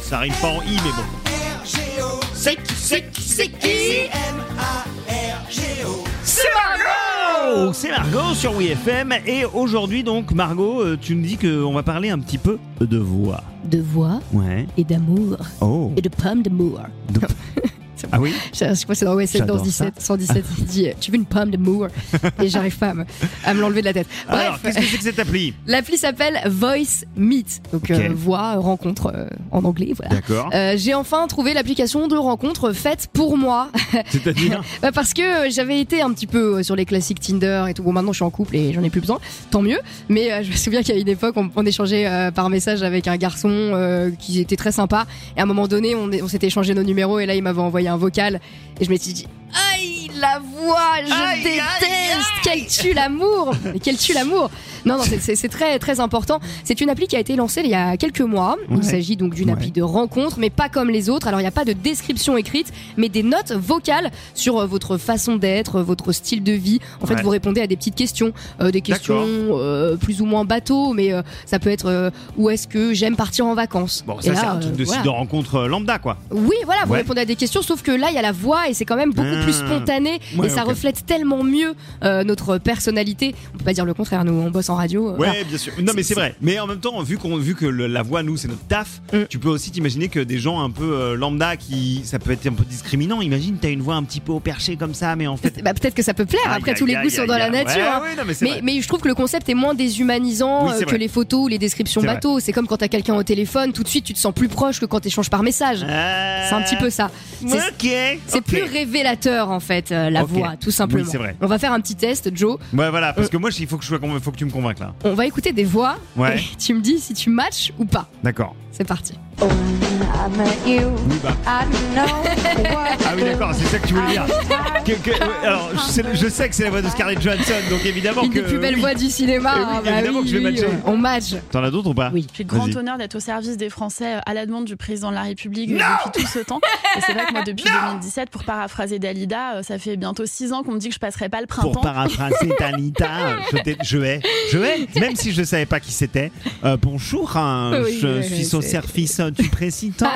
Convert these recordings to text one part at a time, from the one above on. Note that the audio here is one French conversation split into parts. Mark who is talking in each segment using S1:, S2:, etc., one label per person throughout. S1: Ça rime pas en i, mais bon. C'est qui, c'est qui, c'est qui C'est Margot Oh, C'est Margot sur WeFM. Et aujourd'hui, donc, Margot, euh, tu nous dis qu'on va parler un petit peu de voix.
S2: De voix
S1: Ouais.
S2: et d'amour.
S1: Oh.
S2: Et de pommes d'amour.
S1: Ah oui
S2: Je sais pas, c'est dans ouais, c'est dans
S1: J'adore
S2: 17, 117, il dit euh, Tu veux une pomme d'amour Et j'arrive pas à me, à me l'enlever de la tête.
S1: Alors,
S2: Bref,
S1: qu'est-ce que c'est que cette appli
S2: l'appli s'appelle Voice Meet. Donc, euh,
S1: Ok.
S2: voix, rencontre euh, en anglais, voilà.
S1: D'accord.
S2: Euh, J'ai enfin trouvé l'application de rencontre faite pour moi.
S1: C'est-à-dire
S2: Bah, parce que euh, j'avais été un petit peu euh, sur les classiques Tinder et tout. Bon, maintenant je suis en couple et j'en ai plus besoin, tant mieux. Mais euh, je me souviens qu'à une époque, on, on échangeait euh, par message avec un garçon euh, qui était très sympa. Et à un moment donné, on, est- on s'était échangé nos numéros et là, il m'avait envoyé un vocal. Et je m'étais dit, aïe, la voix, je
S1: Aïe, aïe,
S2: déteste, qu'elle tue l'amour, mais qu'elle tue l'amour. Non, non, c'est- c'est c'est très, très important. C'est une appli qui a été lancée il y a quelques mois.
S1: Ouais.
S2: Il s'agit donc d'une
S1: Ouais.
S2: appli de rencontre, mais pas comme les autres. Alors, il n'y a pas de description écrite, mais des notes vocales sur euh, votre façon d'être, euh, votre style de vie. En fait,
S1: Ouais.
S2: vous répondez à des petites questions, euh, des questions euh, plus ou moins bateau, mais euh, ça peut être euh, où est-ce que j'aime partir en vacances.
S1: Bon,
S2: Et
S1: ça,
S2: là,
S1: c'est un truc
S2: euh,
S1: de
S2: voilà.
S1: site de rencontre euh, lambda, quoi.
S2: Oui, voilà, vous
S1: Ouais.
S2: répondez à des questions, sauf que là, il y a la voix et c'est quand même beaucoup
S1: Ah.
S2: plus spontané
S1: Ouais,
S2: et ça
S1: ok.
S2: reflète tellement mieux euh, notre personnalité. On peut pas dire le contraire, nous, on bosse en radio. euh,
S1: Ouais,
S2: voilà.
S1: bien sûr. Non, mais c'est vrai. Mais en même temps, vu qu'on vu que le- la voix, nous, c'est notre taf,
S2: Mm.
S1: tu peux aussi t'imaginer que des gens un peu euh, lambda qui, ça peut être un peu discriminant. Imagine, t'as une voix un petit peu au perché comme ça, mais en fait.
S2: Bah, Peut-être que ça peut plaire,
S1: Aïe,
S2: après
S1: aïe,
S2: tous les
S1: aïe,
S2: goûts sont
S1: aïe,
S2: dans la
S1: aïe.
S2: nature.
S1: Ouais,
S2: hein.
S1: ouais, non, mais c'est
S2: Mais,
S1: vrai.
S2: mais je trouve que le concept est moins déshumanisant
S1: Oui, c'est
S2: euh, que
S1: vrai.
S2: les photos ou les descriptions
S1: C'est
S2: bateaux. C'est comme quand t'as quelqu'un au téléphone, tout de suite tu te sens plus proche que quand t'échanges par message.
S1: Euh,
S2: C'est un petit peu ça. C'est-
S1: Ok.
S2: C'est
S1: ok.
S2: plus révélateur en fait, euh, la
S1: Ok.
S2: voix, tout simplement.
S1: Oui, c'est vrai.
S2: On va faire un petit test, Joe.
S1: Ouais, voilà,
S2: Euh.
S1: parce que moi, il faut que je sois convain- faut que tu me convainques là.
S2: On va écouter des voix
S1: Ouais.
S2: et tu me dis si tu matches ou pas.
S1: D'accord.
S2: C'est parti.
S3: I met you.
S1: Oui, bah.
S3: I know what
S1: Ah oui, d'accord, c'est ça que tu voulais dire. Que- que- ouais, alors, je sais, je sais que c'est la voix de Scarlett Johansson, donc évidemment
S2: Une
S1: que.
S2: des plus belles
S1: oui.
S2: voix du cinéma.
S1: Eh oui,
S2: hein, bah
S1: évidemment que je vais matcher.
S2: ouais. On match.
S1: T'en as d'autres ou pas
S2: Oui.
S4: J'ai le grand
S1: Vas-y.
S4: honneur d'être au service des Français euh, à la demande du président de la République euh, depuis tout ce temps. Et c'est vrai que moi, depuis 2017, pour paraphraser Dalida, euh, ça fait bientôt six ans qu'on me dit que je passerai pas le
S1: Pour
S4: printemps.
S1: paraphraser Tanita, je, t'ai- je hais, je hais, même si je savais pas qui c'était. Euh, bonjour, hein,
S2: Oui,
S1: je
S2: oui, oui,
S1: suis au
S2: c'est-
S1: service euh, du président.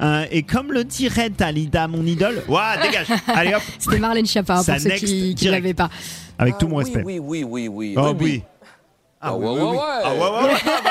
S1: Euh, et comme le dirait Tanita, mon idole. Ouah, dégage Allez hop
S2: C'était Marlène Schiappa hein,
S1: Ça
S2: pour ceux
S1: next
S2: qui qui
S1: direct.
S2: l'avaient pas. Ah
S1: Avec tout mon respect.
S5: Oui, oui, oui, oui.
S1: Oh oui.
S5: Ah,
S1: oui,
S5: ouais,
S1: oui,
S5: ouais,
S1: oui.
S5: ouais.
S1: Ah ouais, ouais, ouais, bah ouais.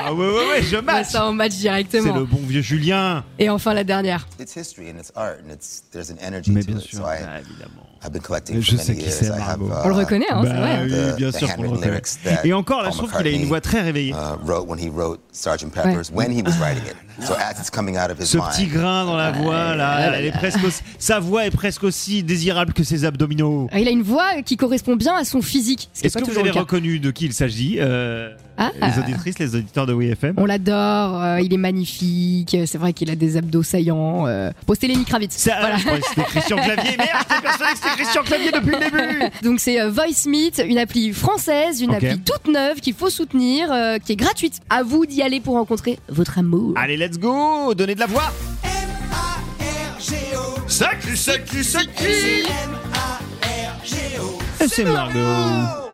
S1: Ah ouais, ouais, ouais, je
S2: Ouais,
S1: match.
S2: ça on match
S1: C'est
S2: directement.
S1: le bon vieux Julien.
S2: Et enfin la dernière.
S6: It's history and it's art and it's there's an energy to it. So I,
S1: Ah, évidemment.
S6: I've been collecting
S1: Je
S6: for
S1: sais
S6: many
S1: qui
S6: years.
S1: c'est,
S6: I have,
S1: Margot.
S6: uh,
S2: On le reconnaît, hein, c'est vrai.
S1: Bah oui,
S6: the-
S1: bien
S6: the
S1: sûr qu'on le
S6: handwritten
S1: reconnaît.
S6: lyrics that
S1: Et encore, là, je
S6: Paul
S1: trouve qu'il a une
S6: McCartney,
S1: voix très réveillée.
S6: uh, wrote when he wrote Sgt. Pepper's when he was writing it. So as it's coming out of his
S1: Ce
S6: mind.
S1: petit grain dans la voix, là, elle est presque aussi- sa voix est presque aussi désirable que ses abdominaux.
S2: Il a une voix qui correspond bien à son physique. Ce qui est
S1: Est-ce
S2: pas
S1: que vous
S2: toujours
S1: avez
S2: le cas.
S1: reconnu de qui il s'agit euh,
S2: Ah.
S1: Les auditrices, les auditeurs de WeFM
S2: On l'adore, euh, il est magnifique, euh, c'est vrai qu'il a des abdos saillants. euh. Postez les Kravitz.
S1: Ça, je croyais que c'était Christian Clavier. Merde, j'étais persuadé que c'était Christian Clavier depuis le début.
S2: Donc c'est euh, Voice Meet, une appli française, une
S1: Ok.
S2: appli toute neuve qu'il faut soutenir, euh, qui est gratuite. À vous d'y aller pour rencontrer votre amour.
S1: Allez, let's go, donnez de la voix. Sacré, sacré, sacré. Et C'est Margot.